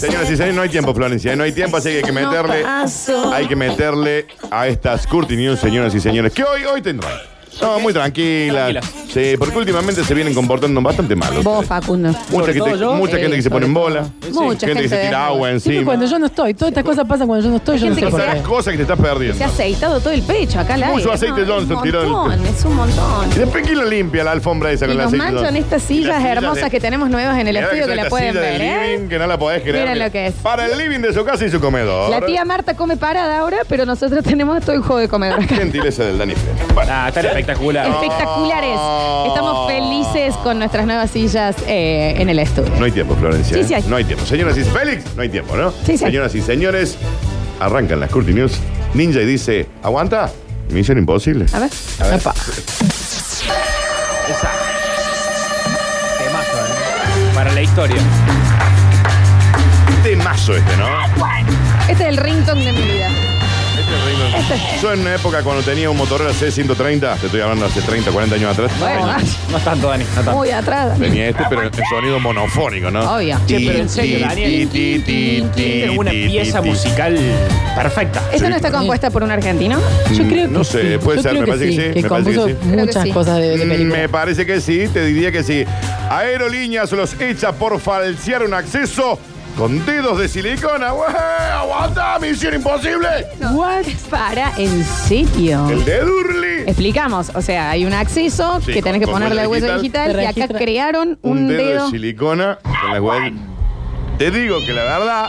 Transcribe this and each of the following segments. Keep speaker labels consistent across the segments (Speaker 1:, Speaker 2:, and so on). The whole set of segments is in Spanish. Speaker 1: Señoras y señores, no hay tiempo, Florencia, ¿eh? no hay tiempo, así que hay que meterle, hay que meterle a estas Curti News, señoras y señores, que hoy, hoy tendrán. No, muy tranquilas.
Speaker 2: Tranquilas.
Speaker 1: Sí, porque últimamente se vienen comportando bastante mal.
Speaker 3: Vos,
Speaker 1: ustedes.
Speaker 3: Facundo.
Speaker 1: Mucha,
Speaker 2: Sobre
Speaker 1: gente,
Speaker 2: todo yo,
Speaker 1: mucha
Speaker 3: eh,
Speaker 1: gente que se pone en
Speaker 3: sobre
Speaker 1: bola.
Speaker 3: todo. Mucha
Speaker 1: gente que
Speaker 3: gente
Speaker 1: se tira
Speaker 3: de-
Speaker 1: agua
Speaker 4: Sí, pero
Speaker 1: encima.
Speaker 4: cuando yo no estoy, todas estas cosas pasan cuando yo no estoy, yo no
Speaker 3: Gente
Speaker 4: sé
Speaker 3: que
Speaker 4: por
Speaker 3: se
Speaker 1: Esas
Speaker 4: qué.
Speaker 1: cosas que te estás
Speaker 3: Se
Speaker 1: perdiendo.
Speaker 3: ha aceitado todo el pecho acá al aire.
Speaker 1: Mucho aceite
Speaker 3: No,
Speaker 1: Johnson
Speaker 3: Es
Speaker 1: tirado
Speaker 3: un
Speaker 1: en el
Speaker 3: montón, es un montón.
Speaker 1: Y después, ¿quién lo limpia la alfombra esa
Speaker 3: Y
Speaker 1: con la
Speaker 3: nos manchan estas sillas hermosas que tenemos nuevas en el estudio que la pueden ver, ¿eh?
Speaker 1: Que no la podés creer.
Speaker 3: Miren
Speaker 1: mira.
Speaker 3: lo que es.
Speaker 1: Para el living de su casa y su comedor.
Speaker 3: La tía Marta come parada ahora, pero nosotros tenemos todo el juego de comedor acá.
Speaker 1: Gentileza del Dani Flem. Bueno.
Speaker 2: Ah, está
Speaker 3: Eh.
Speaker 2: espectacular.
Speaker 3: Espectaculares. Estamos felices con nuestras nuevas sillas eh, en el estudio.
Speaker 1: No hay tiempo, Florencia.
Speaker 3: Sí, sí
Speaker 1: ¿eh?
Speaker 3: hay.
Speaker 1: No hay tiempo. Señoras y Félix, no hay tiempo, ¿no?
Speaker 3: Sí, sí hay.
Speaker 1: Señoras y señores, arrancan las Curti News. Ninja y dice, ¿aguanta? Misión imposible.
Speaker 3: A ver. Epa.
Speaker 2: Esa. Temazo, ¿eh? Para la historia.
Speaker 1: Temazo este, ¿no?
Speaker 3: Este es el ringtone de mi vida. Este
Speaker 1: Yo en una época cuando tenía un Motorola C130, te estoy hablando hace 30, 40 años atrás,
Speaker 3: Bueno,
Speaker 1: tenía-
Speaker 3: ah,
Speaker 2: No tanto, Dani, no tanto.
Speaker 3: muy atrás.
Speaker 1: tenía este, pero en sonido monofónico, ¿no?
Speaker 3: Obvio.
Speaker 2: Che, pero en serio,
Speaker 1: Ti,
Speaker 2: Daniel.
Speaker 1: ti, ti,
Speaker 3: Este
Speaker 1: ti,
Speaker 2: Es una
Speaker 1: ti,
Speaker 2: pieza
Speaker 1: ti, ti.
Speaker 2: musical perfecta.
Speaker 3: ¿Esta no está compuesta por un argentino?
Speaker 4: Yo creo que
Speaker 1: Mm, No sé,
Speaker 4: sí.
Speaker 1: puede
Speaker 4: Yo
Speaker 1: ser,
Speaker 4: creo
Speaker 1: me parece que sí,
Speaker 4: Que
Speaker 1: me parece que
Speaker 4: compuso
Speaker 1: sí. Mm,
Speaker 3: Creo que
Speaker 4: muchas
Speaker 3: sí.
Speaker 4: cosas de, de película.
Speaker 1: Me parece que sí, te diría que sí. Aerolíneas los echa por falsear un acceso con dedos de silicona. ¡Ué! ¡Aguanta! ¡Misión imposible!
Speaker 3: What? Para en serio.
Speaker 1: El de Durli.
Speaker 3: Explicamos, o sea, hay un acceso
Speaker 1: Sí,
Speaker 3: que tenés que
Speaker 1: con- con
Speaker 3: ponerle al
Speaker 1: huella
Speaker 3: huella digital,
Speaker 4: digital. Te
Speaker 3: y acá
Speaker 4: registra-
Speaker 3: crearon un,
Speaker 1: dedo,
Speaker 3: dedo.
Speaker 1: de silicona con la cual- Te digo que la verdad.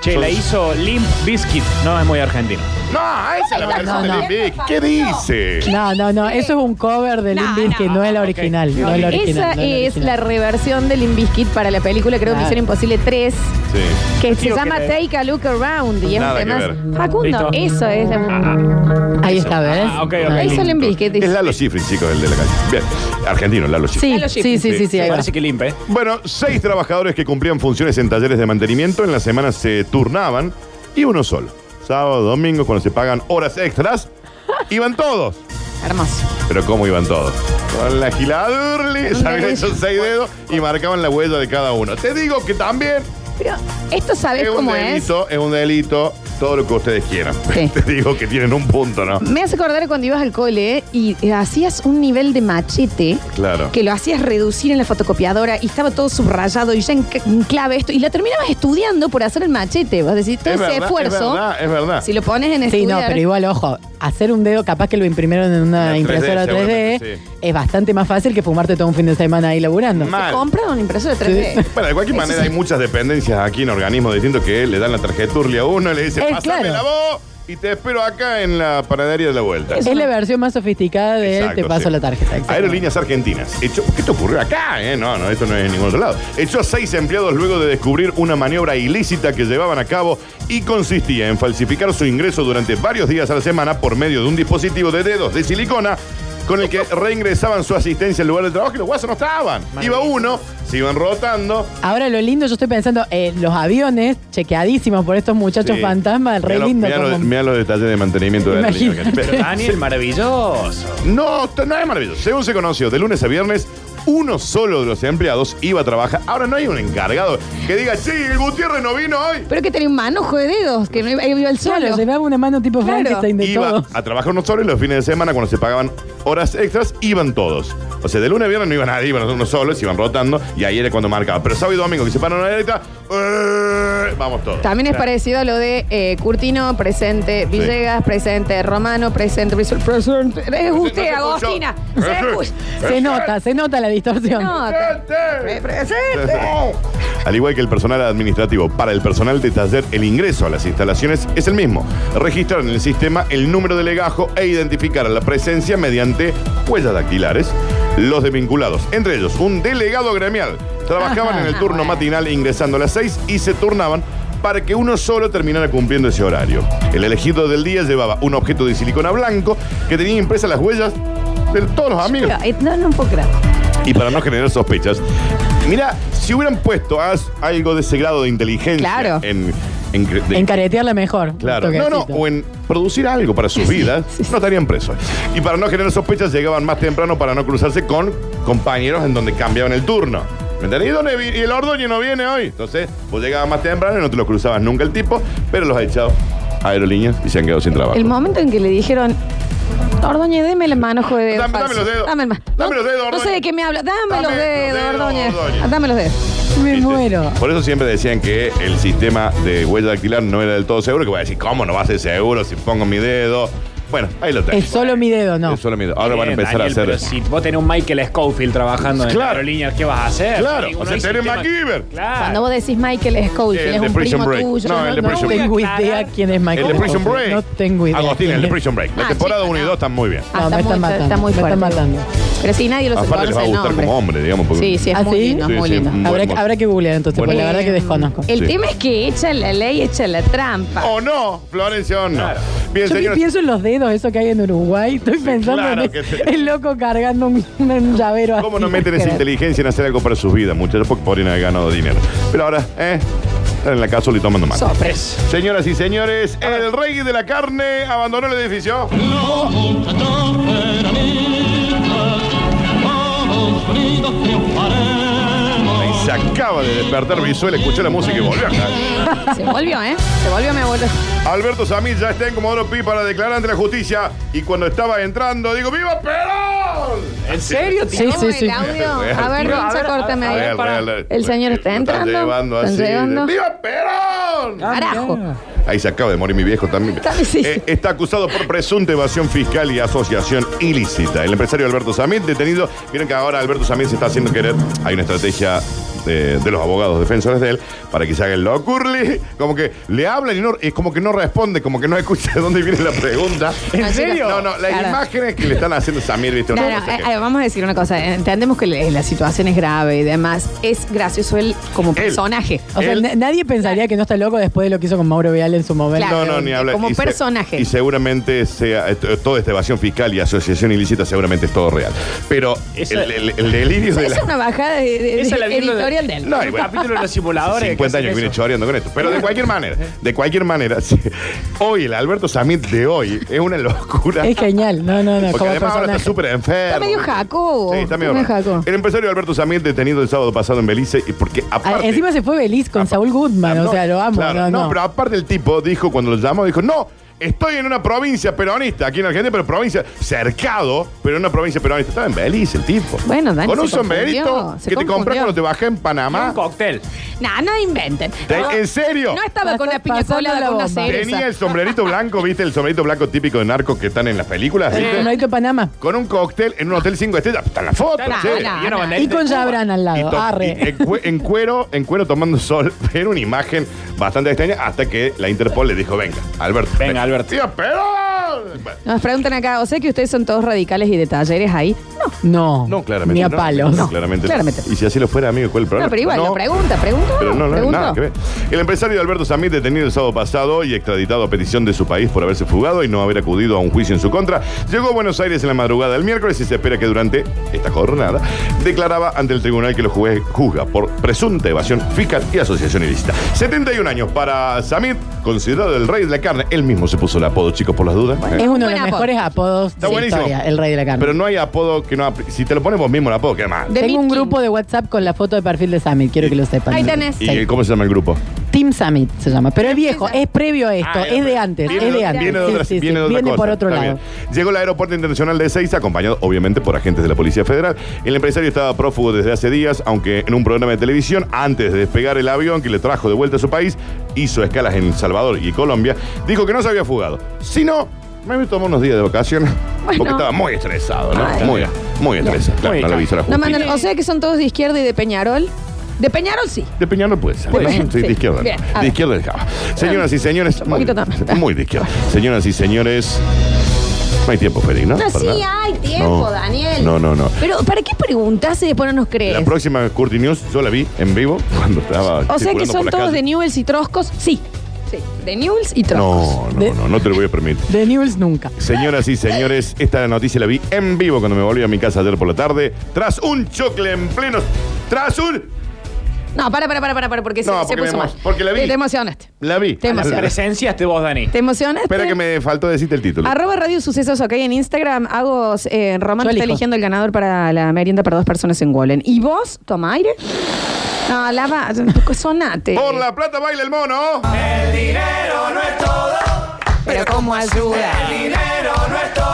Speaker 2: Che, la hizo Limp Biscuit. No es muy argentino.
Speaker 1: ¡No! Esa es la
Speaker 3: No,
Speaker 1: versión
Speaker 4: no,
Speaker 1: de
Speaker 4: no.
Speaker 1: Limp Bizkit. ¿Qué dice?
Speaker 4: No, no, no, eso es un cover de
Speaker 3: No,
Speaker 4: Limp Bizkit,
Speaker 3: no.
Speaker 4: no, es la original.
Speaker 2: ok.
Speaker 4: No es la original.
Speaker 3: Esa
Speaker 4: no
Speaker 3: es la
Speaker 4: original.
Speaker 3: reversión del Limbiskit para la película, creo que
Speaker 4: Claro.
Speaker 3: Misión Imposible 3,
Speaker 1: Sí.
Speaker 3: que se
Speaker 2: Quiero
Speaker 3: llama
Speaker 2: que le-
Speaker 3: Take a Look Around y es un
Speaker 1: Nada que
Speaker 3: tema.
Speaker 1: ver. Ah,
Speaker 3: Facundo,
Speaker 2: Listo.
Speaker 3: eso es la.
Speaker 4: Ahí está, ¿ves?
Speaker 2: Ah, ok, ok.
Speaker 3: eso es
Speaker 2: lindo.
Speaker 3: Limbiskit.
Speaker 1: Es Lalo Schifrin, chicos, el de la calle. Bien, argentino, Lalo Schifrin.
Speaker 4: Sí,
Speaker 3: Lalo
Speaker 4: sí,
Speaker 3: Schifrin.
Speaker 4: sí, sí, sí, ahí va.
Speaker 2: Parece que Limp, ¿eh?
Speaker 1: Bueno, seis trabajadores que cumplían funciones en talleres de mantenimiento en la semana se turnaban y uno solo. Sábado, domingo, cuando se pagan horas extras, iban todos.
Speaker 3: Hermoso.
Speaker 1: Pero ¿cómo iban todos? Con la gilada Urli, se habían hecho seis dedos y marcaban la huella de cada uno. Te digo que también
Speaker 3: Pero, ¿esto sabes
Speaker 1: es un
Speaker 3: cómo es?
Speaker 1: delito, es? un delito, todo lo que ustedes quieran.
Speaker 3: Sí.
Speaker 1: Te digo que tienen un punto, ¿no?
Speaker 3: Me hace acordar cuando ibas al cole y eh, hacías un nivel de machete
Speaker 1: Claro.
Speaker 3: que lo hacías reducir en la fotocopiadora y estaba todo subrayado y ya en, c- en clave esto y la terminabas estudiando por hacer el machete. Vas a decir, todo
Speaker 1: Es
Speaker 3: ese
Speaker 1: verdad,
Speaker 3: esfuerzo,
Speaker 1: Es verdad, es verdad.
Speaker 3: si lo pones en
Speaker 4: Sí, no,
Speaker 3: estudiar,
Speaker 4: pero igual, ojo, hacer un dedo capaz que lo imprimieron en una
Speaker 1: En 3D,
Speaker 4: impresora 3D,
Speaker 1: seguramente, sí.
Speaker 4: es bastante más fácil que fumarte todo un fin de semana ahí laburando.
Speaker 1: Mal.
Speaker 3: compra un impresor de 3D.
Speaker 1: Bueno, de cualquier manera hay muchas dependencias aquí en organismos distintos que le dan la tarjeta Urli a uno y le dicen,
Speaker 4: Eh,
Speaker 1: pásame
Speaker 4: claro.
Speaker 1: la voz y te espero acá en la panadería de la vuelta.
Speaker 4: Es la versión más sofisticada de
Speaker 1: Exacto,
Speaker 4: te paso
Speaker 1: sí.
Speaker 4: la tarjeta. exacto.
Speaker 1: Aerolíneas Argentinas. Hecho, ¿Qué te ocurrió acá? eh? No, no, esto no es en ningún otro lado. Echó a seis empleados luego de descubrir una maniobra ilícita que llevaban a cabo y consistía en falsificar su ingreso durante varios días a la semana por medio de un dispositivo de dedos de silicona con el que reingresaban su asistencia al lugar de trabajo y los guasos no estaban. Iba uno, se iban rotando,
Speaker 4: Ahora lo lindo, yo estoy pensando, eh, los aviones chequeadísimos por estos muchachos
Speaker 1: Sí.
Speaker 4: fantasmas, re
Speaker 1: Mirá lo-
Speaker 4: lindo.
Speaker 1: mirá lo-
Speaker 4: como-
Speaker 1: mirá los detalles de mantenimiento de la
Speaker 4: Imagínate.
Speaker 1: aerolínea. Pero-
Speaker 2: Daniel, maravilloso.
Speaker 1: No, t- nada es maravilloso. Según se conoció, de lunes a viernes, uno solo de los empleados iba a trabajar. Ahora no hay un encargado que diga, sí, el Gutiérrez no vino hoy.
Speaker 3: Pero que tenía un manojo de dedos, que no iba, iba el solo.
Speaker 4: Claro, llevaba una mano tipo
Speaker 3: Claro.
Speaker 4: Frankenstein de
Speaker 1: iba
Speaker 4: todo.
Speaker 1: a trabajar uno solo y los fines de semana, cuando se pagaban horas extras, iban todos. O sea, de lunes a viernes no iba nadie, iban uno solo, se iban rotando y ahí era cuando marcaba. Pero sábado y domingo que se paran una directa, eh, vamos todos.
Speaker 3: También es parecido a lo de eh, Curtino, presente, Villegas, presente, Romano, presente, Brizuela, presente. Es usted,
Speaker 1: No se escuchó.
Speaker 3: Agostina. Se escucha.
Speaker 4: Se nota, se nota la distorsión.
Speaker 3: No,
Speaker 1: ¡Presente!
Speaker 3: presente.
Speaker 1: Al igual que el personal administrativo, para el personal de taller el ingreso a las instalaciones es el mismo. Registrar en el sistema el número de legajo e identificar la presencia mediante huellas dactilares. Los desvinculados, entre ellos un delegado gremial, trabajaban en el turno
Speaker 3: bueno.
Speaker 1: matinal ingresando a las 6 y se turnaban para que uno solo terminara cumpliendo ese horario. El elegido del día llevaba un objeto de silicona blanco que tenía impresas las huellas de todos los amigos.
Speaker 3: Pero, eh, No, no puedo creer.
Speaker 1: Y para no generar sospechas, mira, si hubieran puesto as- algo de ese grado de inteligencia
Speaker 3: Claro.
Speaker 1: en, en cre- de-
Speaker 4: En caretearla mejor. un
Speaker 1: claro, no, no,
Speaker 4: toquecito.
Speaker 1: o en producir algo para sus vidas, no estarían presos. Y para no generar sospechas, llegaban más temprano para no cruzarse con compañeros en donde cambiaban el turno. ¿Me entendés? ¿Y, dónde vi- y el Ordóñez no viene hoy. Entonces, vos llegabas más temprano y no te lo cruzabas nunca el tipo, pero los ha echado a aerolíneas y se han quedado sin trabajo.
Speaker 3: El momento en que le dijeron, Ordóñez, deme la mano, joder.
Speaker 1: Dame- dame los dedos.
Speaker 3: Dame, el ma-
Speaker 1: Dame
Speaker 3: no,
Speaker 1: los dedos,
Speaker 3: No sé de
Speaker 1: Ordóñez.
Speaker 3: qué me habla. Dame,
Speaker 1: Dame
Speaker 3: los
Speaker 1: los
Speaker 3: dedos,
Speaker 1: dedos,
Speaker 3: Ordóñez.
Speaker 1: Ordóñez.
Speaker 3: Ah, Dame los dedos.
Speaker 4: Me
Speaker 1: ¿Viste?
Speaker 4: muero.
Speaker 1: Por eso siempre decían que el sistema de huella dactilar no era del todo seguro, que voy a decir, ¿cómo no va a ser seguro si pongo mi dedo? Bueno, ahí lo tengo.
Speaker 4: Es solo mi dedo, no.
Speaker 1: Es solo mi dedo. Ahora van a
Speaker 2: Bien,
Speaker 1: empezar
Speaker 2: Daniel,
Speaker 1: a
Speaker 2: Pero
Speaker 1: hacer.
Speaker 2: si vos tenés un Michael Schofield trabajando en
Speaker 1: Claro.
Speaker 2: aerolíneas, ¿qué vas a hacer?
Speaker 1: Claro,
Speaker 2: Digo,
Speaker 1: o
Speaker 2: no
Speaker 1: sea,
Speaker 2: hay
Speaker 1: tenés
Speaker 2: sistema-
Speaker 1: MacGyver.
Speaker 2: Claro.
Speaker 3: Cuando vos decís Michael
Speaker 1: El
Speaker 3: Schofield, es
Speaker 1: Ah. Eh, de
Speaker 3: un
Speaker 1: Prison
Speaker 3: primo
Speaker 1: Break.
Speaker 3: tuyo.
Speaker 1: No, el de
Speaker 4: No
Speaker 1: Prison
Speaker 2: Break.
Speaker 4: tengo idea quién es Michael.
Speaker 1: El de Prison
Speaker 4: Scofield.
Speaker 1: Break.
Speaker 4: No tengo idea.
Speaker 1: Agustín, el de
Speaker 4: quién es.
Speaker 1: Prison Break. La
Speaker 3: Ah,
Speaker 1: temporada
Speaker 3: chica,
Speaker 1: 1 y
Speaker 3: no.
Speaker 1: 2 están muy bien.
Speaker 3: Ah,
Speaker 4: No,
Speaker 3: está,
Speaker 4: me
Speaker 3: muy,
Speaker 4: están matando,
Speaker 3: está muy
Speaker 4: me
Speaker 3: fuerte.
Speaker 4: están matando.
Speaker 3: Pero si nadie lo
Speaker 1: Aparte les va a
Speaker 3: conoce el
Speaker 1: gustar
Speaker 3: nombre.
Speaker 1: como hombre, digamos. porque-
Speaker 3: Sí, sí, es
Speaker 4: ¿Ah,
Speaker 3: muy
Speaker 4: sí?
Speaker 3: lindo, es
Speaker 1: Sí,
Speaker 3: muy
Speaker 1: sí,
Speaker 3: lindo.
Speaker 1: un-
Speaker 4: Habrá,
Speaker 1: Bueno.
Speaker 4: habrá que googlear entonces, porque
Speaker 1: Bueno.
Speaker 4: la verdad que
Speaker 3: Eh,
Speaker 4: desconozco.
Speaker 3: El
Speaker 1: Sí. Oh.
Speaker 3: tema es que echa la ley, echa la trampa.
Speaker 1: O no, Florencia, o no.
Speaker 2: Claro.
Speaker 1: Bien,
Speaker 4: Yo me
Speaker 1: señores.
Speaker 4: pienso en los dedos, eso que hay en Uruguay. Estoy pensando
Speaker 1: claro
Speaker 4: en
Speaker 1: que
Speaker 4: ese-
Speaker 1: sí.
Speaker 4: el loco cargando un, un llavero así.
Speaker 1: ¿Cómo no meten
Speaker 4: Qué
Speaker 1: esa
Speaker 4: ver.
Speaker 1: inteligencia en hacer algo para sus vidas, muchachos? Porque podrían haber ganado dinero. Pero ahora, ¿eh? Están en la casa y tomando más.
Speaker 3: Sopres.
Speaker 1: Señoras y señores, el rey de la carne abandonó el edificio. Y se acaba de despertar Visuel, escuchó la música y volvió a caer.
Speaker 3: Se volvió, ¿eh? Se volvió mi abuelo.
Speaker 1: Alberto Samir ya está en Comodoro Pi para declarar ante la justicia. Y cuando estaba entrando, digo, ¡Viva Perón!
Speaker 2: ¿En serio, tío?
Speaker 4: Sí, sí, sí.
Speaker 3: El audio? A ver,
Speaker 1: Pero, a
Speaker 3: Vincha,
Speaker 2: ver,
Speaker 3: córtame
Speaker 2: a
Speaker 3: ahí.
Speaker 2: ver, para-
Speaker 3: El señor está
Speaker 1: Lo
Speaker 3: entrando,
Speaker 1: Están llevando
Speaker 3: están
Speaker 1: así.
Speaker 3: llevando.
Speaker 1: ¡Viva Perón!
Speaker 3: Carajo.
Speaker 1: Ahí se acaba de morir mi viejo también.
Speaker 3: Está- sí.
Speaker 1: Eh, está acusado por presunta evasión fiscal y asociación ilícita. El empresario Alberto Samit detenido. Vieron que ahora Alberto Samit se está haciendo querer. Hay una estrategia eh, de, de los abogados defensores de él para que se haga el locurli. Como que le hablan y no, es como que no responde, como que no escucha de dónde viene la pregunta.
Speaker 3: No,
Speaker 2: ¿En serio?
Speaker 1: No, no, las
Speaker 3: Claro.
Speaker 1: imágenes que le están haciendo a Samir, ¿viste? Una
Speaker 3: No, no,
Speaker 1: cosa que-
Speaker 3: eh, eh, vamos a decir una cosa. Entendemos que le- la situación es grave y demás. Es gracioso él como personaje.
Speaker 4: O sea,
Speaker 1: Él-
Speaker 4: na- nadie pensaría que no está loco después de lo que hizo con Mauro Vial en su momento.
Speaker 3: Claro.
Speaker 1: No, no, ni hablar.
Speaker 3: como
Speaker 1: Y se-
Speaker 3: personaje.
Speaker 1: y seguramente sea, eh, esto- toda esta evasión este fiscal y asociación ilícita seguramente es todo real. Pero
Speaker 2: Esa-
Speaker 1: el, el- el delirio de
Speaker 3: Esa es
Speaker 1: la...
Speaker 3: una bajada de, de-
Speaker 2: Esa la
Speaker 3: de-
Speaker 2: vi en lo de-
Speaker 3: editorial de él.
Speaker 1: No, y
Speaker 2: un
Speaker 1: bueno.
Speaker 2: capítulo de los simuladores.
Speaker 1: 50
Speaker 2: que
Speaker 1: años que
Speaker 2: hacen
Speaker 1: viene
Speaker 2: eso.
Speaker 1: choreando con esto. Pero de cualquier manera, de cualquier manera, sí. hoy el Alberto Samit de hoy es una locura.
Speaker 4: Es genial. No, no, no.
Speaker 1: Porque
Speaker 4: Como
Speaker 1: además ahora
Speaker 4: personaje.
Speaker 1: está súper enfermo.
Speaker 3: Está medio jaco.
Speaker 1: Sí, está medio
Speaker 3: jaco.
Speaker 1: raro. El empresario Alberto Samit detenido el sábado pasado en Belice y porque
Speaker 4: Ah,
Speaker 1: aparte...
Speaker 4: Encima se fue Beliz con
Speaker 1: Apa-
Speaker 4: Saúl Goodman.
Speaker 1: Ah, no,
Speaker 4: o sea, lo amo.
Speaker 1: claro,
Speaker 4: no, no.
Speaker 1: pero aparte el tipo dijo, cuando lo llamó, dijo, no, estoy en una provincia peronista, aquí en Argentina, pero provincia, cercado, pero en una provincia peronista. Estaba en Belice el tipo.
Speaker 3: Bueno, Dani,
Speaker 1: Con un
Speaker 3: se confundió,
Speaker 1: sombrerito
Speaker 3: se
Speaker 1: que te compras
Speaker 3: confundió.
Speaker 1: cuando te bajé en Panamá.
Speaker 2: Un cóctel.
Speaker 3: No, no inventen.
Speaker 1: Te-
Speaker 3: No,
Speaker 1: ¿En serio?
Speaker 3: No estaba con la
Speaker 4: Pasó-
Speaker 3: piña
Speaker 4: pasando
Speaker 3: colada
Speaker 4: la
Speaker 3: con una
Speaker 4: bomba.
Speaker 1: Tenía
Speaker 3: cereza.
Speaker 1: el sombrerito blanco, ¿viste? El sombrerito blanco típico de narcos que están en las películas,
Speaker 4: El
Speaker 1: ¿viste?
Speaker 4: sombrerito Panamá.
Speaker 1: Con un cóctel en un hotel cinco estrellas. Está en la foto,
Speaker 3: Está-
Speaker 1: che.
Speaker 3: está-
Speaker 2: Y una banderita
Speaker 4: Y con
Speaker 2: de Cuba.
Speaker 4: Jabran al
Speaker 1: Y eh,
Speaker 4: lado.
Speaker 1: to- y
Speaker 4: Arre.
Speaker 1: en, cue- en cuero, en cuero tomando sol. Era una imagen bastante extraña hasta que la Interpol le dijo, venga, Alberto.
Speaker 2: Venga, Alberto.
Speaker 1: Tío, pero... Bueno,
Speaker 3: Nos preguntan acá, o sea que ustedes son todos radicales y de talleres ahí. No,
Speaker 4: No.
Speaker 1: No, claramente.
Speaker 4: Ni a
Speaker 1: no.
Speaker 4: palos.
Speaker 1: No, claramente. no.
Speaker 3: Claramente.
Speaker 1: Y si así lo fuera, amigo, ¿cuál el problema?
Speaker 3: no pero igual,
Speaker 1: No,
Speaker 3: lo pregunta, pregunto.
Speaker 1: Pero no, no,
Speaker 3: pregunto.
Speaker 1: nada que ver. El empresario Alberto Samit, detenido el sábado pasado y extraditado a petición de su país por haberse fugado y no haber acudido a un juicio en su contra, llegó a Buenos Aires en la madrugada del miércoles y se espera que durante esta jornada declaraba ante el tribunal que lo jue- juzga por presunta evasión fiscal y asociación ilícita. 71 años para Samit, considerado el rey de la carne. Él mismo se puso el apodo, chicos, por las dudas.
Speaker 4: Es
Speaker 3: Un
Speaker 4: uno
Speaker 3: buen
Speaker 4: de los
Speaker 3: apodo.
Speaker 4: mejores apodos
Speaker 1: Está
Speaker 4: de la
Speaker 1: buenísimo.
Speaker 4: historia, el rey de la carne.
Speaker 1: Pero no hay apodo que no... apl- Si te lo pones vos mismo el apodo, queda mal.
Speaker 3: De
Speaker 4: Tengo un
Speaker 3: Bitkin.
Speaker 4: grupo de WhatsApp con la foto de perfil de Summit, quiero que lo sepan.
Speaker 3: Ahí tenés.
Speaker 1: ¿Y
Speaker 4: Sí.
Speaker 1: cómo se llama el grupo?
Speaker 4: Team Summit se llama, pero es viejo, es previo a esto,
Speaker 2: Ah,
Speaker 4: es de antes,
Speaker 1: Viene
Speaker 4: es
Speaker 1: de-
Speaker 4: de antes.
Speaker 1: Viene de
Speaker 4: Sí,
Speaker 1: otra,
Speaker 4: sí, sí,
Speaker 1: viene de otra
Speaker 4: viene
Speaker 1: cosa.
Speaker 4: por otro
Speaker 1: Está
Speaker 4: lado.
Speaker 1: bien. Llegó al aeropuerto internacional de Ezeiza, acompañado obviamente por agentes de la Policía Federal. El empresario estaba prófugo desde hace días, aunque en un programa de televisión, antes de despegar el avión que le trajo de vuelta a su país, hizo escalas en El Salvador y Colombia, dijo que no se había fugado, sino me había tomado unos días de vacaciones
Speaker 3: Bueno.
Speaker 1: porque estaba muy estresado, ¿no?
Speaker 3: Ay.
Speaker 1: Muy, muy estresado.
Speaker 2: No,
Speaker 1: claro,
Speaker 2: muy
Speaker 1: no lo avisó la
Speaker 3: No
Speaker 1: justicia.
Speaker 3: mandan, o sea que son todos de izquierda y de Peñarol. De Peñarol sí.
Speaker 1: De Peñarol puede ser.
Speaker 3: Puede
Speaker 1: ¿no?
Speaker 3: ser,
Speaker 1: Sí, de
Speaker 3: sí.
Speaker 1: izquierda.
Speaker 3: Bien, a
Speaker 1: de
Speaker 3: ver.
Speaker 1: izquierda dejaba. Señoras y señores.
Speaker 3: Un poquito ¿eh? también.
Speaker 1: muy de izquierda. Señoras y señores. No hay tiempo, Feri, ¿no?
Speaker 3: No,
Speaker 1: Para
Speaker 3: sí
Speaker 1: nada.
Speaker 3: hay tiempo,
Speaker 1: No.
Speaker 3: Daniel.
Speaker 1: No, no, no.
Speaker 3: Pero ¿para qué preguntás y después no nos
Speaker 1: La
Speaker 3: crees?
Speaker 1: próxima Curti News yo la vi en vivo cuando estaba.
Speaker 3: O sea que
Speaker 1: circulando por
Speaker 3: son
Speaker 1: la
Speaker 3: todos
Speaker 1: calle.
Speaker 3: de Newells y Troscos. Sí. Sí. De Newells y Troscos.
Speaker 1: No, no, no, no te lo voy a permitir.
Speaker 4: De News nunca.
Speaker 1: Señoras y señores, esta noticia la vi en vivo cuando me volví a mi casa ayer por la tarde. Tras un chocle en pleno. Tras un.
Speaker 3: No, para, para, para, para, para, porque,
Speaker 1: No,
Speaker 3: se, se
Speaker 1: porque me
Speaker 3: puso
Speaker 1: emo-
Speaker 3: mal.
Speaker 1: porque la vi.
Speaker 3: Te, te emocionaste.
Speaker 1: La vi.
Speaker 3: Te
Speaker 2: Las
Speaker 1: La-
Speaker 3: emocionaste.
Speaker 2: presenciaste vos, Dani.
Speaker 3: ¿Te emocionaste?
Speaker 1: Espera que me faltó decirte el título.
Speaker 3: Arroba Radio Sucesos, ok, en Instagram hago, eh, Román
Speaker 4: Yo
Speaker 3: está
Speaker 4: elijo.
Speaker 3: eligiendo el ganador para la merienda para dos personas en Golden. ¿Y vos? ¿Toma aire? No, lava, sonate.
Speaker 1: Por la plata baila el mono.
Speaker 3: Pero cómo ayuda.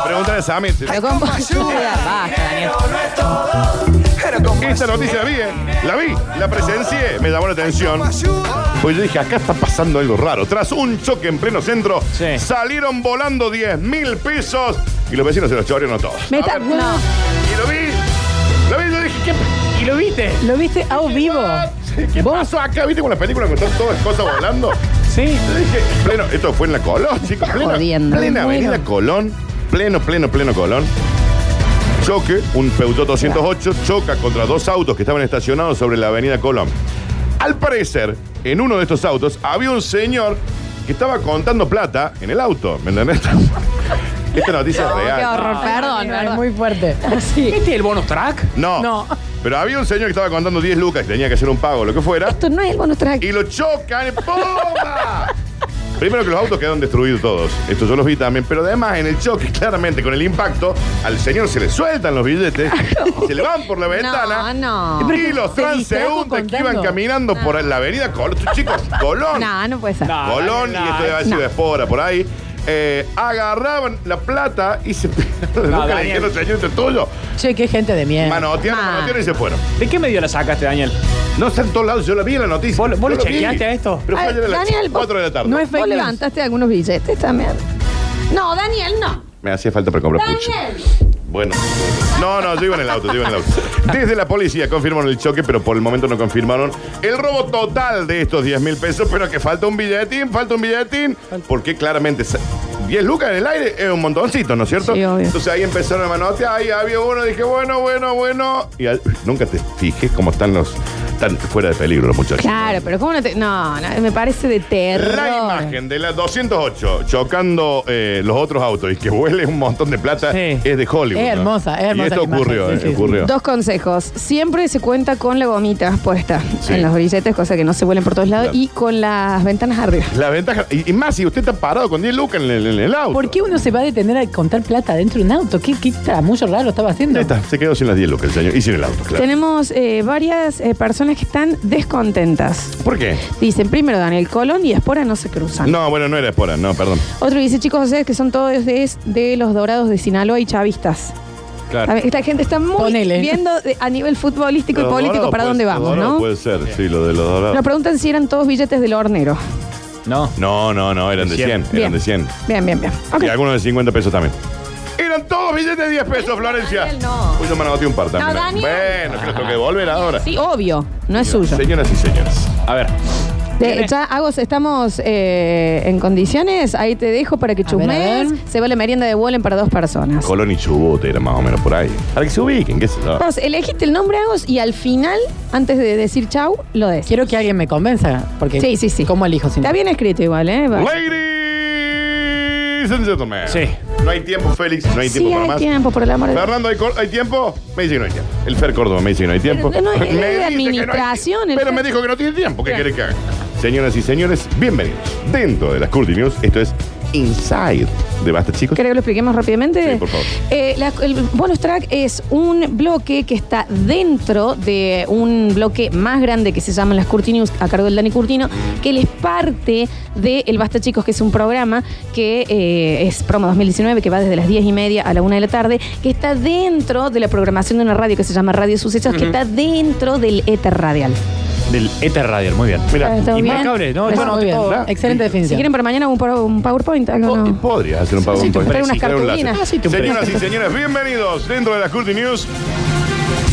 Speaker 1: Pregúntale a Sammy.
Speaker 3: Pero cómo ayuda. Basta, Daniel.
Speaker 1: Esta noticia la vi, ¿eh? La vi, la presencié, me llamó la atención. Pues yo dije, acá está pasando algo raro. Tras un choque en pleno centro,
Speaker 2: Sí.
Speaker 1: salieron volando 10 mil pesos y los vecinos se los chorearon a todos.
Speaker 3: Me
Speaker 1: A
Speaker 3: está-
Speaker 1: ver,
Speaker 3: no.
Speaker 1: Y lo vi, lo vi, yo dije, ¿qué,
Speaker 2: ¿Y lo viste?
Speaker 4: ¿Lo viste a vivo?
Speaker 1: qué
Speaker 4: ¿Vos?
Speaker 1: pasó acá? ¿Viste con las películas que están todas cosas volando?
Speaker 2: Sí.
Speaker 1: Yo dije, pleno, esto fue en la Colón, chicos. Pleno,
Speaker 3: jodiendo,
Speaker 1: plena
Speaker 3: me muero.
Speaker 1: avenida Colón, pleno, pleno, pleno Colón. Choque, un Peugeot 208 choca contra dos autos que estaban estacionados sobre la avenida Colón. Al parecer, en uno de estos autos había un señor que estaba contando plata en el auto, ¿me entendés? Esta noticia es
Speaker 3: Qué
Speaker 1: real.
Speaker 3: horror, perdón,
Speaker 4: Ah, Es
Speaker 3: perdón.
Speaker 4: muy fuerte.
Speaker 2: ¿Viste ¿Este el bonus track?
Speaker 1: No,
Speaker 4: No.
Speaker 1: Pero había un señor que estaba contando 10 lucas y tenía que hacer un pago, lo que fuera.
Speaker 3: Esto no es el bonus track.
Speaker 1: y lo chocan. ¡Pumba! Primero que los autos quedaron destruidos todos. Esto yo los vi también. Pero además, en el choque, claramente, con el impacto, al señor se le sueltan los billetes, se le van por la ventana.
Speaker 3: No, no.
Speaker 1: Y los
Speaker 4: Se distrajo
Speaker 1: transeúntes que
Speaker 4: contando.
Speaker 1: iban caminando por la avenida Colón. Chicos, Colón.
Speaker 3: No, no puede ser.
Speaker 2: No.
Speaker 1: Colón, y este esto debe haber sido
Speaker 3: No.
Speaker 1: espora por ahí. eh, agarraban la plata y se pegaron
Speaker 2: No,
Speaker 1: no,
Speaker 2: Daniel.
Speaker 1: dijeron, señor, esto es tuyo.
Speaker 4: Che, qué gente de mierda.
Speaker 1: Manotearon,
Speaker 3: Eh, Ma.
Speaker 1: manotearon y se fueron.
Speaker 2: ¿De qué medio la sacaste, Daniel?
Speaker 1: No está en todos lados, yo la vi en la noticia.
Speaker 2: ¿Vos- vos
Speaker 1: Yo
Speaker 2: lo
Speaker 1: la vi.
Speaker 2: chequeaste a esto?
Speaker 1: Pero fue
Speaker 3: Ay,
Speaker 1: ayer a las
Speaker 3: Daniel, vos-
Speaker 1: 4 de la tarde.
Speaker 4: No es
Speaker 3: Vos
Speaker 4: fake news.
Speaker 3: levantaste algunos billetes también. No, Daniel, no.
Speaker 1: Me hacía falta para comprar pucho.
Speaker 3: Daniel.
Speaker 1: Bueno. No, no, yo iba en el auto, yo iba en el auto. Desde la policía confirmaron el choque, pero por el momento no confirmaron el robo total de estos 10 mil pesos, pero que falta un billetín, falta un billetín, porque claramente sa- 10 lucas en el aire es un montoncito, ¿no es cierto?
Speaker 3: Sí, obvio.
Speaker 1: Entonces ahí empezaron a manotear, ahí había uno, dije, bueno, bueno, bueno. Y al- nunca te fijé cómo están los... Están fuera de peligro los muchachos.
Speaker 3: Claro, pero ¿cómo no te.? No, no, me parece de terror.
Speaker 1: La imagen de la 208 chocando eh, los otros autos y que huele un montón de plata
Speaker 2: Sí.
Speaker 1: es de Hollywood.
Speaker 4: Es
Speaker 1: ¿no?
Speaker 4: hermosa, es hermosa
Speaker 1: Y esto
Speaker 4: la imagen,
Speaker 1: ocurrió,
Speaker 4: sí,
Speaker 1: eh,
Speaker 4: sí, sí.
Speaker 1: ocurrió.
Speaker 3: Dos consejos. Siempre se cuenta con la gomita puesta
Speaker 1: Sí.
Speaker 3: en los billetes, cosa que no se vuelen por todos lados,
Speaker 1: Claro.
Speaker 3: y con las ventanas arriba.
Speaker 1: La ventaja, y, y más si usted está parado con 10 lucas en el, en el auto.
Speaker 4: ¿Por qué uno se va a detener a contar plata dentro de un auto? ¿Qué, qué mucho raro estaba haciendo?
Speaker 1: Ahí está, se quedó sin las 10 lucas el señor y sin el auto, claro.
Speaker 3: Tenemos eh, varias eh, personas que están descontentas.
Speaker 1: ¿Por qué?
Speaker 3: Dicen primero Daniel Colón y Espora no se cruzan.
Speaker 1: No, bueno, no era espora, no, perdón.
Speaker 3: Otro dice, chicos, ustedes que son todos de, de los dorados de Sinaloa y chavistas. A
Speaker 1: Claro.
Speaker 3: ver, Esta gente está muy
Speaker 4: Ponele.
Speaker 3: viendo de- a nivel futbolístico y
Speaker 1: Lo
Speaker 3: político
Speaker 1: dorado
Speaker 3: para
Speaker 1: puede-
Speaker 3: dónde
Speaker 1: lo
Speaker 3: vamos,
Speaker 1: dorado
Speaker 3: ¿no?
Speaker 1: Puede ser, sí, lo de los dorados.
Speaker 3: Nos preguntan si eran todos billetes del hornero.
Speaker 2: No.
Speaker 1: No, no, no, eran de 100,
Speaker 2: Cien.
Speaker 1: eran de 100.
Speaker 3: Bien, bien, bien. Ok.
Speaker 1: Y algunos de 50 pesos también. Eran todos billetes de 10 pesos, Florencia.
Speaker 3: Daniel, no.
Speaker 1: Uy, yo me anoté un par también.
Speaker 3: Daniel.
Speaker 1: Bueno, que lo tengo que devolver ahora.
Speaker 3: Sí, obvio, no es suyo.
Speaker 1: Señoras y señores.
Speaker 2: A ver.
Speaker 3: De- ya, Agos, estamos eh, en condiciones. Ahí te dejo para que
Speaker 4: A ver, a
Speaker 3: chusmees.
Speaker 4: ver.
Speaker 3: Se va la merienda de Wallen para dos personas.
Speaker 1: Colón y Chubut era más o menos por ahí. Para que se ubiquen, qué sé yo.
Speaker 3: Vos elegiste el nombre, Agos, y al final, antes de decir chau, lo des.
Speaker 4: Quiero que alguien me convenza, porque
Speaker 3: Sí, sí, sí.
Speaker 4: ¿cómo elijo? Si no?
Speaker 3: Está bien escrito igual, ¿eh? Va.
Speaker 1: Ladies and gentlemen.
Speaker 2: Sí.
Speaker 1: No hay tiempo, Félix. No hay
Speaker 3: Sí,
Speaker 1: tiempo para
Speaker 3: hay
Speaker 1: más.
Speaker 3: tiempo, por el amor de Dios.
Speaker 1: Fernando, ¿hay, cor- hay tiempo? Me dice que no hay tiempo. El Fer Córdoba me dice que no hay tiempo.
Speaker 3: Pero no,
Speaker 1: Me
Speaker 3: es de
Speaker 1: dice que no hay
Speaker 3: administración,
Speaker 1: tiempo.
Speaker 3: el
Speaker 1: Pero
Speaker 3: Fer.
Speaker 1: me dijo que no tiene tiempo. ¿Qué quiere que haga? Señoras y señores, bienvenidos. Dentro de las Curti News, esto es Inside de Basta, chicos.
Speaker 3: ¿Querés que lo expliquemos rápidamente?
Speaker 1: Sí, por favor.
Speaker 3: Eh, la- el bonus track es un bloque que está dentro de un bloque más grande que se llama Las Curti News, a cargo del Dani Curtino, que él es parte de El Basta Chicos, que es un programa que eh, es promo 2019, que va desde las 10 y media a la 1 de la tarde, que está dentro de la programación de una radio que se llama Radio Sucesos, que está dentro del éter radial.
Speaker 2: Del Ether Radial, muy bien.
Speaker 1: Mira,
Speaker 3: ¿Está bien?
Speaker 2: Impecable, ¿no?
Speaker 4: Está
Speaker 2: Yo no
Speaker 4: muy bien.
Speaker 2: todo.
Speaker 1: Claro.
Speaker 4: Excelente
Speaker 3: Si
Speaker 4: definición.
Speaker 3: quieren para mañana un, po- un PowerPoint, algo
Speaker 1: Oh, eh, Po-
Speaker 3: no.
Speaker 1: Podrías hacer un pago
Speaker 2: Sí,
Speaker 1: un
Speaker 2: te
Speaker 1: poco.
Speaker 2: trae
Speaker 3: Oh. unas
Speaker 1: Trae un láser.
Speaker 3: cartulinas.
Speaker 2: Ah, sí, te
Speaker 1: Señoras y señores, bienvenidos dentro de las Curti News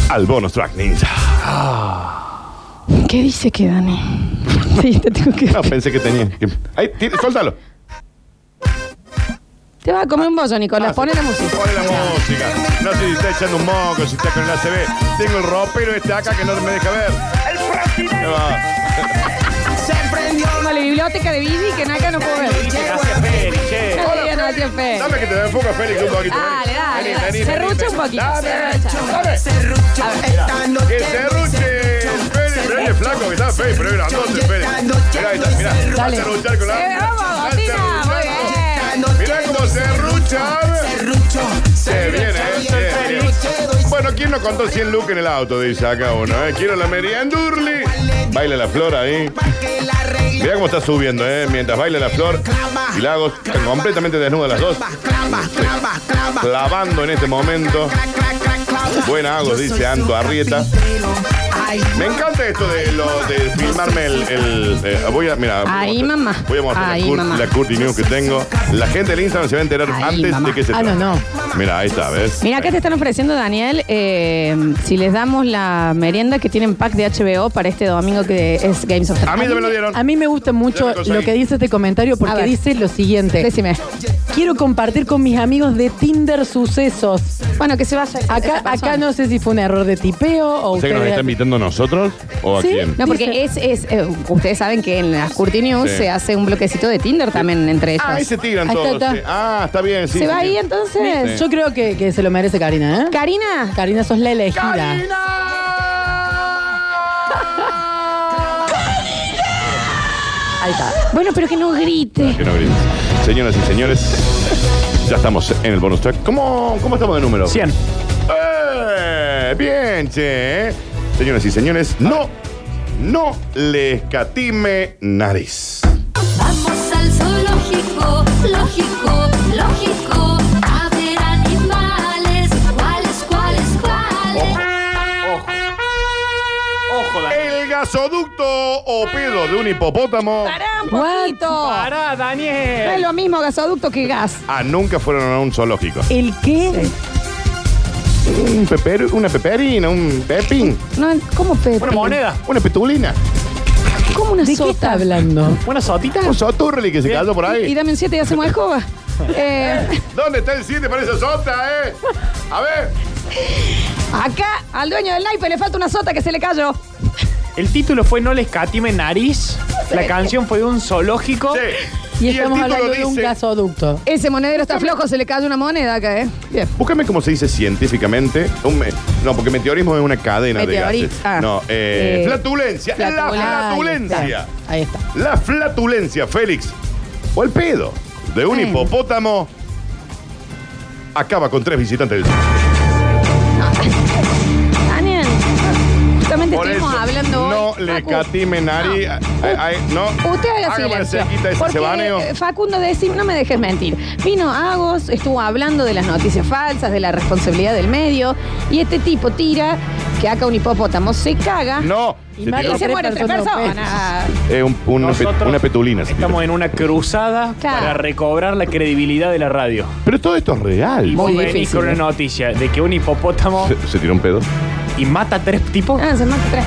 Speaker 1: al bonus track ninja.
Speaker 3: ¿Qué dice que Dani? sí, te tengo que...
Speaker 1: No, pensé que tenía. que- Ahí, tira, suéltalo.
Speaker 3: Te vas a comer un bollo, Nicolás.
Speaker 1: Ah,
Speaker 3: Pone
Speaker 1: sí.
Speaker 3: la música.
Speaker 1: Pone la música. No sé si está echando un moco, si está con el ACB. Tengo el ropero este acá que no me deja ver. El
Speaker 3: Como la biblioteca de Billy, que acá no puedo ver.
Speaker 2: Gracias, Feli, che.
Speaker 3: Dale, no, tío Fe.
Speaker 1: Dame que te me enfoca, Félix, un poquito.
Speaker 3: Dale, dale, dale. Serrucha un poquito,
Speaker 1: Dame.
Speaker 3: serrucha.
Speaker 1: Dame.
Speaker 5: Serrucha, esta noche
Speaker 1: Que se ruche. Félix, Pero es flaco que está feo, pero es grandote, Fede. Mirá, está, mirá.
Speaker 4: Dale.
Speaker 1: Hace ruchar con la...
Speaker 3: Eh, vamos,
Speaker 1: Hace
Speaker 3: Gotina,
Speaker 1: ruchar.
Speaker 3: muy
Speaker 1: Mirá cómo se rucha. Se viene, eh, bien, bien. Bueno, ¿quién nos contó 100 look en el auto? Dice acá uno, ¿eh? Quiero la meriendurli. Baila la flor ahí. Mirá cómo está subiendo, ¿eh? Mientras baila la flor y Lagos están completamente desnudas las dos. Clavando en este momento. Buena Agos, dice Anto Arrieta. Me encanta esto de, lo, de filmarme el... el- eh, voy a, mira, voy a
Speaker 3: Ahí,
Speaker 1: mostrar-
Speaker 3: mamá.
Speaker 1: Voy a mostrar
Speaker 3: Ahí,
Speaker 1: la, cur-
Speaker 3: mamá.
Speaker 1: la curti news que tengo. La gente del Instagram se va a enterar
Speaker 3: Ahí,
Speaker 1: antes
Speaker 3: mamá.
Speaker 1: de que se...
Speaker 4: Ah, no, no.
Speaker 1: Mira, ahí está, ¿ves?
Speaker 3: Mira, acá te están ofreciendo, Daniel, eh, si les damos la merienda que tienen pack de HBO para este domingo que es Games of
Speaker 1: A mí
Speaker 3: Thrones.
Speaker 1: también lo dieron.
Speaker 4: A mí me gusta mucho
Speaker 1: Ya me conseguí.
Speaker 4: lo que dice este comentario
Speaker 3: A
Speaker 4: porque
Speaker 3: ver.
Speaker 4: dice lo siguiente.
Speaker 3: Decime.
Speaker 4: Quiero compartir con mis amigos de Tinder sucesos.
Speaker 3: Bueno, que se vaya. esa
Speaker 4: Acá,
Speaker 3: persona.
Speaker 4: acá no sé si fue un error de tipeo o,
Speaker 1: O sea que nos
Speaker 4: ustedes-
Speaker 1: está invitando a nosotros o a
Speaker 4: Sí.
Speaker 1: quién.
Speaker 3: No, porque es,
Speaker 4: Dice-
Speaker 3: es eh, ustedes saben que en las Curti News
Speaker 1: Sí.
Speaker 3: se hace un bloquecito de Tinder también entre ellos.
Speaker 1: Ah, ahí se tiran
Speaker 3: Ahí está,
Speaker 1: todos.
Speaker 3: está.
Speaker 1: sí. Ah, está bien, sí.
Speaker 3: ¿Se va
Speaker 1: sí,
Speaker 3: ahí
Speaker 1: sí.
Speaker 3: entonces?
Speaker 4: Yo creo que, que se lo merece Karina, ¿eh?
Speaker 3: Karina,
Speaker 4: Karina, sos la elegida. Ahí está.
Speaker 3: bueno, pero que no grite.
Speaker 1: Que no grites. Señoras y señores, ya estamos en el bonus track. ¿Cómo, cómo estamos de número?
Speaker 2: 100.
Speaker 1: ¡Eh! Bien, che. ¿eh? Señoras y señores, no, no le escatime nariz.
Speaker 5: Vamos al zoológico, lógico, lógico, a ver animales, cuáles, cuáles, cuáles.
Speaker 2: Ojo. Ojo, Daniel.
Speaker 1: El gasoducto o pedo de un hipopótamo.
Speaker 3: Pará un poquito.
Speaker 2: Pará,
Speaker 3: No es
Speaker 2: Daniel.
Speaker 3: lo mismo gasoducto que gas.
Speaker 1: Ah, nunca fueron a un zoológico.
Speaker 4: ¿El qué?
Speaker 1: Un peper, una peperina, un pepín,
Speaker 3: No, ¿Cómo Pepe?
Speaker 2: Una moneda.
Speaker 1: una petulina,
Speaker 3: ¿Cómo una
Speaker 4: ¿De qué está
Speaker 3: sota?
Speaker 4: hablando?
Speaker 2: Una sotita.
Speaker 1: un soturli que se cayó por
Speaker 3: Y
Speaker 1: ahí.
Speaker 3: dame un 7 y hacemos escoba. Eh,
Speaker 1: ¿Dónde está el 7 para esa sota, eh? A ver.
Speaker 3: acá al dueño del naipe le falta una sota que se le cayó.
Speaker 2: El título fue No les catime nariz. La canción fue de un zoológico.
Speaker 1: Sí.
Speaker 4: Y, estamos hablando de un gasoducto.
Speaker 3: Ese monedero está flojo, se le cayó una moneda acá, ¿eh? Bien.
Speaker 1: Búscame cómo se dice científicamente. un me- no, porque meteorismo es una cadena de
Speaker 3: Meteorit-
Speaker 1: gases.
Speaker 3: ah.
Speaker 1: no, eh,
Speaker 3: Eh,
Speaker 1: flatulencia.
Speaker 3: flatulen-
Speaker 1: La flatulencia.
Speaker 4: Ahí está.
Speaker 1: La flatulencia, Félix. O el pedo de un
Speaker 3: Bueno.
Speaker 1: hipopótamo acaba con tres visitantes del
Speaker 3: Daniel, justamente
Speaker 1: Por
Speaker 3: estuvimos
Speaker 1: eso,
Speaker 3: hablando
Speaker 1: no
Speaker 3: hoy.
Speaker 1: le
Speaker 3: Facu,
Speaker 1: escatime nariz.
Speaker 3: no.
Speaker 1: Ay, ay, No.
Speaker 3: Usted haga
Speaker 1: Hágame la
Speaker 3: silencio.
Speaker 1: cerquita ese
Speaker 3: Porque
Speaker 1: cebaneo.
Speaker 3: eh, Facundo decía, no me dejes mentir. Vino Agos, estuvo hablando de las noticias falsas, de la responsabilidad del medio, y este tipo tira que acá un hipopótamo se caga
Speaker 1: No.
Speaker 4: Y
Speaker 1: Se
Speaker 4: Mario
Speaker 1: tiró-
Speaker 3: y se
Speaker 4: Tres
Speaker 3: mueren tres
Speaker 4: personas.
Speaker 3: personas.
Speaker 1: Eh, un- un-
Speaker 2: Nosotros
Speaker 1: una petulina. se tiró.
Speaker 2: Estamos en una cruzada
Speaker 3: Claro.
Speaker 2: para recobrar la credibilidad de la radio.
Speaker 1: Pero todo esto es
Speaker 2: Y
Speaker 1: real.
Speaker 2: vos
Speaker 3: Muy
Speaker 2: venís
Speaker 3: difícil,
Speaker 2: con una
Speaker 3: ¿eh?
Speaker 2: noticia de que un hipopótamo
Speaker 1: Se, se tiró un pedo.
Speaker 2: y mata a tres tipos.
Speaker 3: Ah, se mata tres.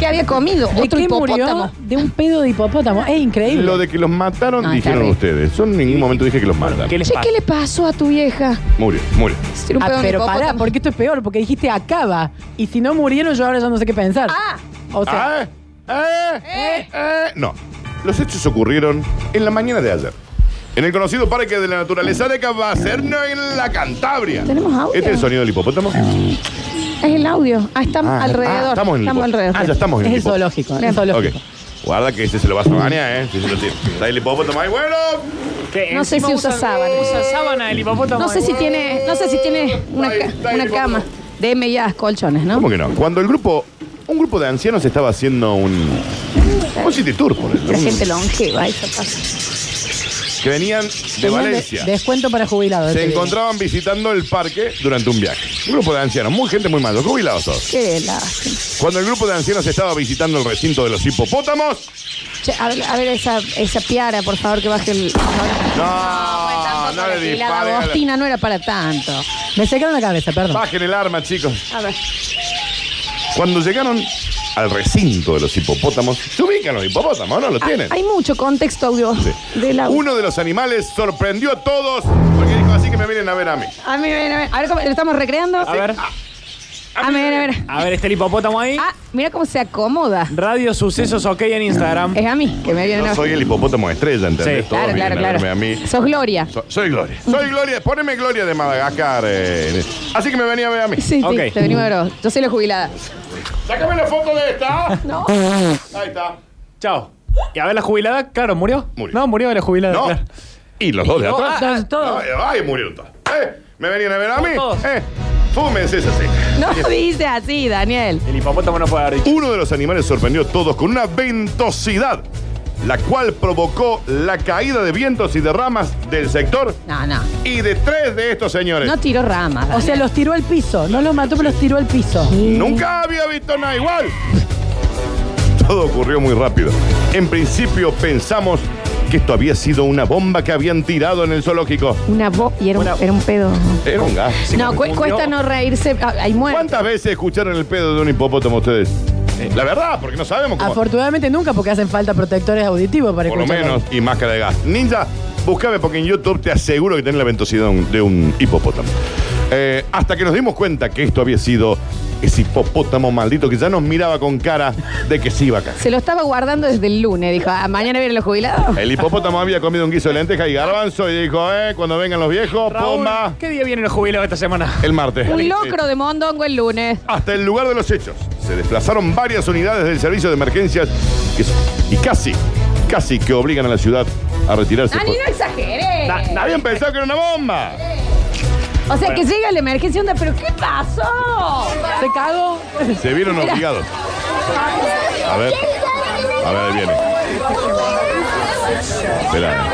Speaker 3: ¿Qué había comido?
Speaker 4: ¿De
Speaker 3: Otro
Speaker 4: qué
Speaker 3: hipopótamo.
Speaker 4: murió? De un pedo de hipopótamo. Es increíble.
Speaker 1: Lo de que los mataron
Speaker 3: No,
Speaker 1: dijeron
Speaker 3: terrible.
Speaker 1: ustedes. Yo en ningún momento dije que los mataron.
Speaker 2: ¿Qué les
Speaker 3: Che,
Speaker 2: pasa?
Speaker 3: ¿qué le pasó a tu vieja?
Speaker 1: Murió, murió.
Speaker 3: Se le
Speaker 4: Ah,
Speaker 3: pegó un
Speaker 4: pero pará,
Speaker 3: hipopótamo.
Speaker 4: porque esto es peor, porque dijiste acaba. Y si no murieron, yo ahora ya no sé qué pensar.
Speaker 3: Ah,
Speaker 4: O sea,
Speaker 1: Ah, eh, eh, eh. No. Los hechos ocurrieron en la mañana de ayer. En el conocido Parque de la Naturaleza de Cabacerno en la Cantabria.
Speaker 3: ¿Tenemos audio?
Speaker 1: ¿Este es el sonido del hipopótamo?
Speaker 3: es el audio. Ah, estamos
Speaker 1: Ah,
Speaker 3: alrededor.
Speaker 1: ah, estamos en el hipo-
Speaker 3: alrededor.
Speaker 1: Ah, ya estamos en
Speaker 4: es
Speaker 1: el
Speaker 4: el
Speaker 1: hipo-
Speaker 4: zoológico.
Speaker 3: Bien.
Speaker 4: El zoológico.
Speaker 1: Ok. Guarda que ese se lo vas a bañar, ¿eh? Si se lo tira. Está el hipopótamo ahí, bueno.
Speaker 2: Que
Speaker 3: No sé
Speaker 2: encima
Speaker 3: si usa
Speaker 2: usan-
Speaker 3: sábana.
Speaker 2: Usa sábana el hipopótamo.
Speaker 3: No sé si tiene, no sé si tiene una,
Speaker 1: Ahí
Speaker 3: ca-
Speaker 1: está el
Speaker 3: una
Speaker 1: hipopótamo.
Speaker 3: cama. Deme ya colchones, ¿no?
Speaker 1: ¿Cómo que no? Cuando el grupo, un grupo de ancianos estaba haciendo un, un city tour por el
Speaker 3: La gente longeva, eso pasa.
Speaker 1: que venían de
Speaker 4: Tenían de-
Speaker 1: Valencia.
Speaker 4: descuento para jubilados.
Speaker 1: Se
Speaker 4: te digo.
Speaker 1: encontraban visitando el parque durante un viaje. Un grupo de ancianos, muy gente muy mayor, jubilados todos.
Speaker 3: Qué la...
Speaker 1: Cuando el grupo de ancianos estaba visitando el recinto de los hipopótamos.
Speaker 3: Che, a ver, a ver esa, esa piara, por favor, que baje el...
Speaker 1: No, no,
Speaker 3: Tampoco
Speaker 1: le
Speaker 3: le- la
Speaker 1: disparen. a la-
Speaker 3: bostina no era para tanto.
Speaker 4: Me secaron la cabeza, perdón.
Speaker 1: Bajen el arma, chicos.
Speaker 3: A ver.
Speaker 1: Cuando llegaron al recinto de los hipopótamos, se ubican los hipopótamos, ¿no? Los tienen.
Speaker 3: Hay mucho contexto audio del audio.
Speaker 1: Uno de los animales sorprendió a todos porque dijo así que me vienen a ver a mí.
Speaker 3: A mí, ven, a ver. A ver cómo lo estamos recreando.
Speaker 2: A ver,
Speaker 3: A ver, a ver.
Speaker 2: a ver, está el hipopótamo ahí.
Speaker 3: Ah, mira cómo se acomoda.
Speaker 2: Radio Sucesos OK en Instagram.
Speaker 3: Es a mí que me viene
Speaker 1: Yo
Speaker 3: a-
Speaker 1: soy el hipopótamo estrella, ¿entendés?
Speaker 2: Sí.
Speaker 1: Todos
Speaker 3: Claro,
Speaker 1: vienen
Speaker 3: claro,
Speaker 1: a
Speaker 3: claro.
Speaker 1: verme A mí.
Speaker 3: Sos Gloria.
Speaker 1: So- soy Gloria. Soy Gloria. Poneme Gloria de Madagascar. eh. Así que me venía a ver a mí.
Speaker 3: Sí, sí,
Speaker 2: Ok.
Speaker 3: te venimos a ver vos. Yo soy la jubilada.
Speaker 1: Sácame la foto de esta.
Speaker 3: No.
Speaker 1: Ahí está.
Speaker 2: Chao. Y a ver la jubilada, claro, murió.
Speaker 1: Murió.
Speaker 2: No, murió de la jubilada.
Speaker 1: No.
Speaker 2: claro.
Speaker 1: Y los dos de atrás.
Speaker 3: ah,
Speaker 4: Entonces, todo.
Speaker 1: Ay, ay, murieron todos. ¿Eh? ¿Me venían a ver a mí?
Speaker 2: Todos.
Speaker 1: ¿Eh? Fúmense esa seca.
Speaker 3: No dice así, Daniel.
Speaker 2: El hipopótamo no puede haber dicho.
Speaker 1: Uno de los animales sorprendió a todos con una ventosidad, la cual provocó la caída de vientos y de ramas del sector
Speaker 3: No, no.
Speaker 1: y de tres de estos señores.
Speaker 3: No tiró ramas.
Speaker 4: O sea,
Speaker 3: Daniel.
Speaker 4: los tiró al piso. No los mató, pero los tiró al piso.
Speaker 1: Nunca había visto nada igual. Todo ocurrió muy rápido. En principio pensamos que esto había sido una bomba que habían tirado en el zoológico.
Speaker 3: Una voz y era un,
Speaker 2: Una-
Speaker 3: era un pedo.
Speaker 1: Era un gas.
Speaker 3: No, cu-
Speaker 2: murió.
Speaker 3: cuesta no reírse. Ah, Hay muertos.
Speaker 1: ¿Cuántas veces escucharon el pedo de un hipopótamo ustedes? La verdad, porque no sabemos cómo.
Speaker 4: Afortunadamente nunca, porque hacen falta protectores auditivos para
Speaker 1: Por lo
Speaker 4: escuchar.
Speaker 1: menos, y máscara de gas. Ninja, búscame porque en YouTube te aseguro que tenés la ventosidad de un- de un hipopótamo. Eh, hasta que nos dimos cuenta que esto había sido ese hipopótamo maldito que ya nos miraba con cara de que sí iba a caer.
Speaker 3: Se lo estaba guardando desde el lunes. Dijo, ah, mañana vienen los jubilados.
Speaker 1: El hipopótamo había comido un guiso de lenteja y garbanzo y dijo, eh, cuando vengan los viejos,
Speaker 2: Raúl,
Speaker 1: pomba,
Speaker 2: ¿qué día vienen los jubilados esta semana?
Speaker 1: el martes.
Speaker 3: Un locro de mondongo el lunes.
Speaker 1: hasta el lugar de los hechos. Se desplazaron varias unidades del servicio de emergencias que s- y casi, casi que obligan a la ciudad a retirarse.
Speaker 3: Dani,
Speaker 1: por-
Speaker 3: no exageré.
Speaker 2: Na- na-
Speaker 1: Habían pensado que era una bomba.
Speaker 3: O sea, que llega la emergencia onda, pero ¿qué pasó?
Speaker 4: ¿Se cago?
Speaker 1: Se vieron obligados. A ver. A ver, ahí viene. Espera.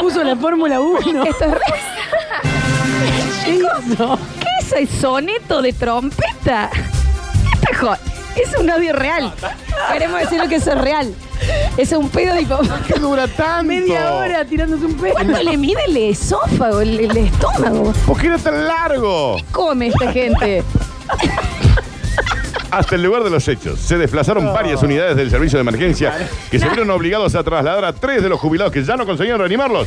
Speaker 4: Puso la Fórmula 1.
Speaker 3: Esto es re-
Speaker 4: ¿Qué hizo?
Speaker 3: ¿Qué es el soneto de trompeta? Esta jo- Es un audio real. Queremos decirlo que eso es real. Es un pedo de hipopótamo.
Speaker 1: ¿Qué dura tanto?
Speaker 4: Media hora tirándose un pedo.
Speaker 3: ¿Cuánto le mide el esófago, el, el estómago?
Speaker 1: ¿Por qué era tan largo?
Speaker 3: Come esta gente.
Speaker 1: Hasta el lugar de los hechos. Se desplazaron varias unidades del servicio de emergencia que se vieron obligados a trasladar a tres de los jubilados que ya no conseguían reanimarlos.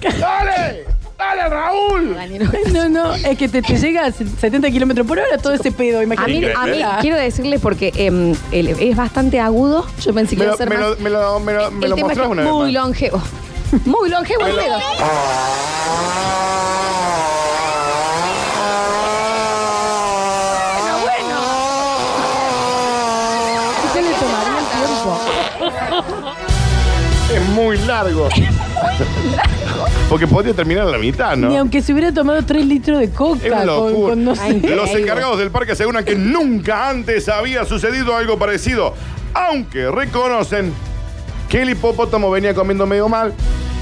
Speaker 1: ¡Dale! ¡Dale, Raúl!
Speaker 3: Dani, no-
Speaker 4: No, no, es que te, te llega a 70 kilómetros por hora todo ese pedo,
Speaker 3: A mí,
Speaker 4: imagínate.
Speaker 3: Eh. a mí,
Speaker 1: Increíble.
Speaker 3: quiero decirles porque em, el- es bastante agudo. Yo pensé que
Speaker 1: Me
Speaker 3: iba
Speaker 1: lo,
Speaker 3: a ser
Speaker 1: me
Speaker 3: más.
Speaker 1: lo- me lo- me lo- me
Speaker 3: el
Speaker 1: lo
Speaker 3: tema es que
Speaker 1: mostrás una
Speaker 3: es
Speaker 1: vez
Speaker 3: muy
Speaker 1: más.
Speaker 3: longevo. Muy longevo el dedo. Bueno, bueno.
Speaker 4: ¿Qué le tomaría el tiempo?
Speaker 1: Es muy largo. Porque podría terminar a la mitad, ¿no?
Speaker 4: Ni aunque se hubiera tomado 3 litros de
Speaker 1: Es
Speaker 4: coca
Speaker 1: una
Speaker 4: con,
Speaker 1: locura.
Speaker 4: con no sé qué.
Speaker 1: Los encargados del parque aseguran que nunca antes había sucedido algo parecido, aunque reconocen que el hipopótamo venía comiendo medio mal,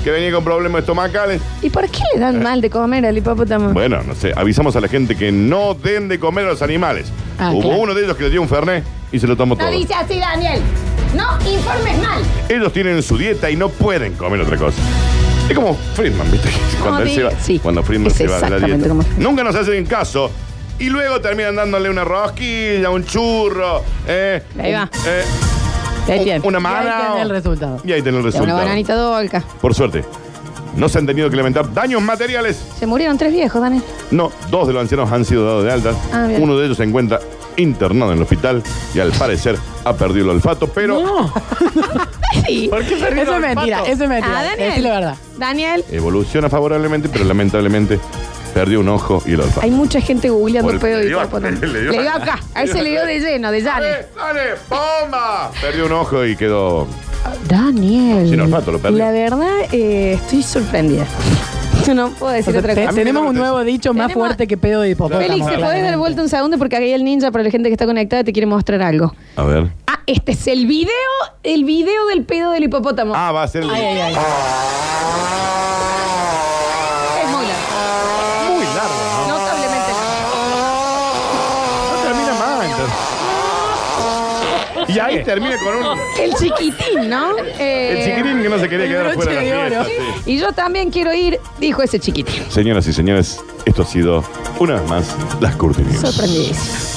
Speaker 1: que venía con problemas estomacales.
Speaker 3: ¿Y por qué le dan mal de comer al hipopótamo?
Speaker 1: Eh. Bueno, no sé, avisamos a la gente que no den de comer a los animales.
Speaker 4: Ah,
Speaker 1: Hubo
Speaker 4: claro.
Speaker 1: uno de ellos que le dio un fernet y se lo tomó todo.
Speaker 3: así, Daniel. No informes mal.
Speaker 1: Ellos tienen su dieta y no pueden comer otra cosa. Es como Friedman, ¿viste? Cuando, él
Speaker 3: di-
Speaker 1: se va,
Speaker 3: sí.
Speaker 1: cuando Friedman
Speaker 3: Es
Speaker 1: se va de la
Speaker 3: exactamente
Speaker 1: dieta.
Speaker 3: como-
Speaker 1: Nunca nos hacen caso. Y luego terminan dándole una rosquilla, un churro, eh,
Speaker 3: Ahí
Speaker 1: un-
Speaker 3: va.
Speaker 1: eh,
Speaker 4: Ahí
Speaker 1: un-
Speaker 4: tiene.
Speaker 1: una
Speaker 4: Y ahí
Speaker 1: mano.
Speaker 4: tiene el resultado.
Speaker 1: Y ahí tienen el
Speaker 3: Una
Speaker 1: resultado.
Speaker 3: bananita dolca.
Speaker 1: Por suerte, no se han tenido que lamentar daños materiales.
Speaker 3: Se murieron tres viejos, Daniel.
Speaker 1: No, dos de los ancianos han sido dados de alta.
Speaker 3: Ah, bien.
Speaker 1: Uno de ellos se encuentra internado en el hospital y al parecer ha perdido el olfato, pero
Speaker 4: No,
Speaker 3: Sí.
Speaker 2: ¿Por qué se
Speaker 4: eso es mentira, eso
Speaker 3: Ah,
Speaker 4: es mentira.
Speaker 3: Daniel.
Speaker 4: Es la verdad.
Speaker 3: Daniel.
Speaker 1: evoluciona favorablemente, pero lamentablemente perdió un ojo y el olfato.
Speaker 3: Hay mucha gente googleando
Speaker 1: Golpe,
Speaker 3: pedo de
Speaker 1: le dio-
Speaker 3: hipopótamo.
Speaker 1: le dio-
Speaker 3: Le dio acá. Ahí se le dio de lleno, de llano.
Speaker 1: ¡Dale, dale, bomba! Perdió un ojo y quedó.
Speaker 3: Daniel.
Speaker 1: Sin olfato, lo perdió.
Speaker 3: La verdad, eh, estoy sorprendida. Yo no puedo decir
Speaker 4: O sea,
Speaker 3: otra
Speaker 4: te-
Speaker 3: cosa.
Speaker 1: mí no
Speaker 4: tenemos
Speaker 1: me
Speaker 4: un
Speaker 1: interesa.
Speaker 4: nuevo dicho más
Speaker 3: Tenemos-
Speaker 4: fuerte que pedo de hipopótamo.
Speaker 3: Félix, ¿se podés dar
Speaker 4: claramente.
Speaker 3: vuelta un segundo? Porque aquí el ninja, para la gente que está conectada, te quiere mostrar algo.
Speaker 1: A ver.
Speaker 3: Ah, este es el video, el video del pedo del hipopótamo.
Speaker 1: Ah, va a ser el-
Speaker 4: Ay, ay, ay.
Speaker 3: Es muy largo.
Speaker 1: muy largo.
Speaker 3: Notablemente largo.
Speaker 1: No termina más. Y ahí termina con un.
Speaker 3: El chiquitín, ¿no? Eh,
Speaker 1: El chiquitín que no se quería
Speaker 4: Eh, el
Speaker 1: quedar
Speaker 4: broche
Speaker 1: fuera de la
Speaker 4: de oro.
Speaker 1: fiesta. sí.
Speaker 3: Y yo también quiero ir, dijo ese chiquitín.
Speaker 1: Señoras y señores, esto ha sido, una vez más, las Curti News.
Speaker 3: Sorprendidísimo.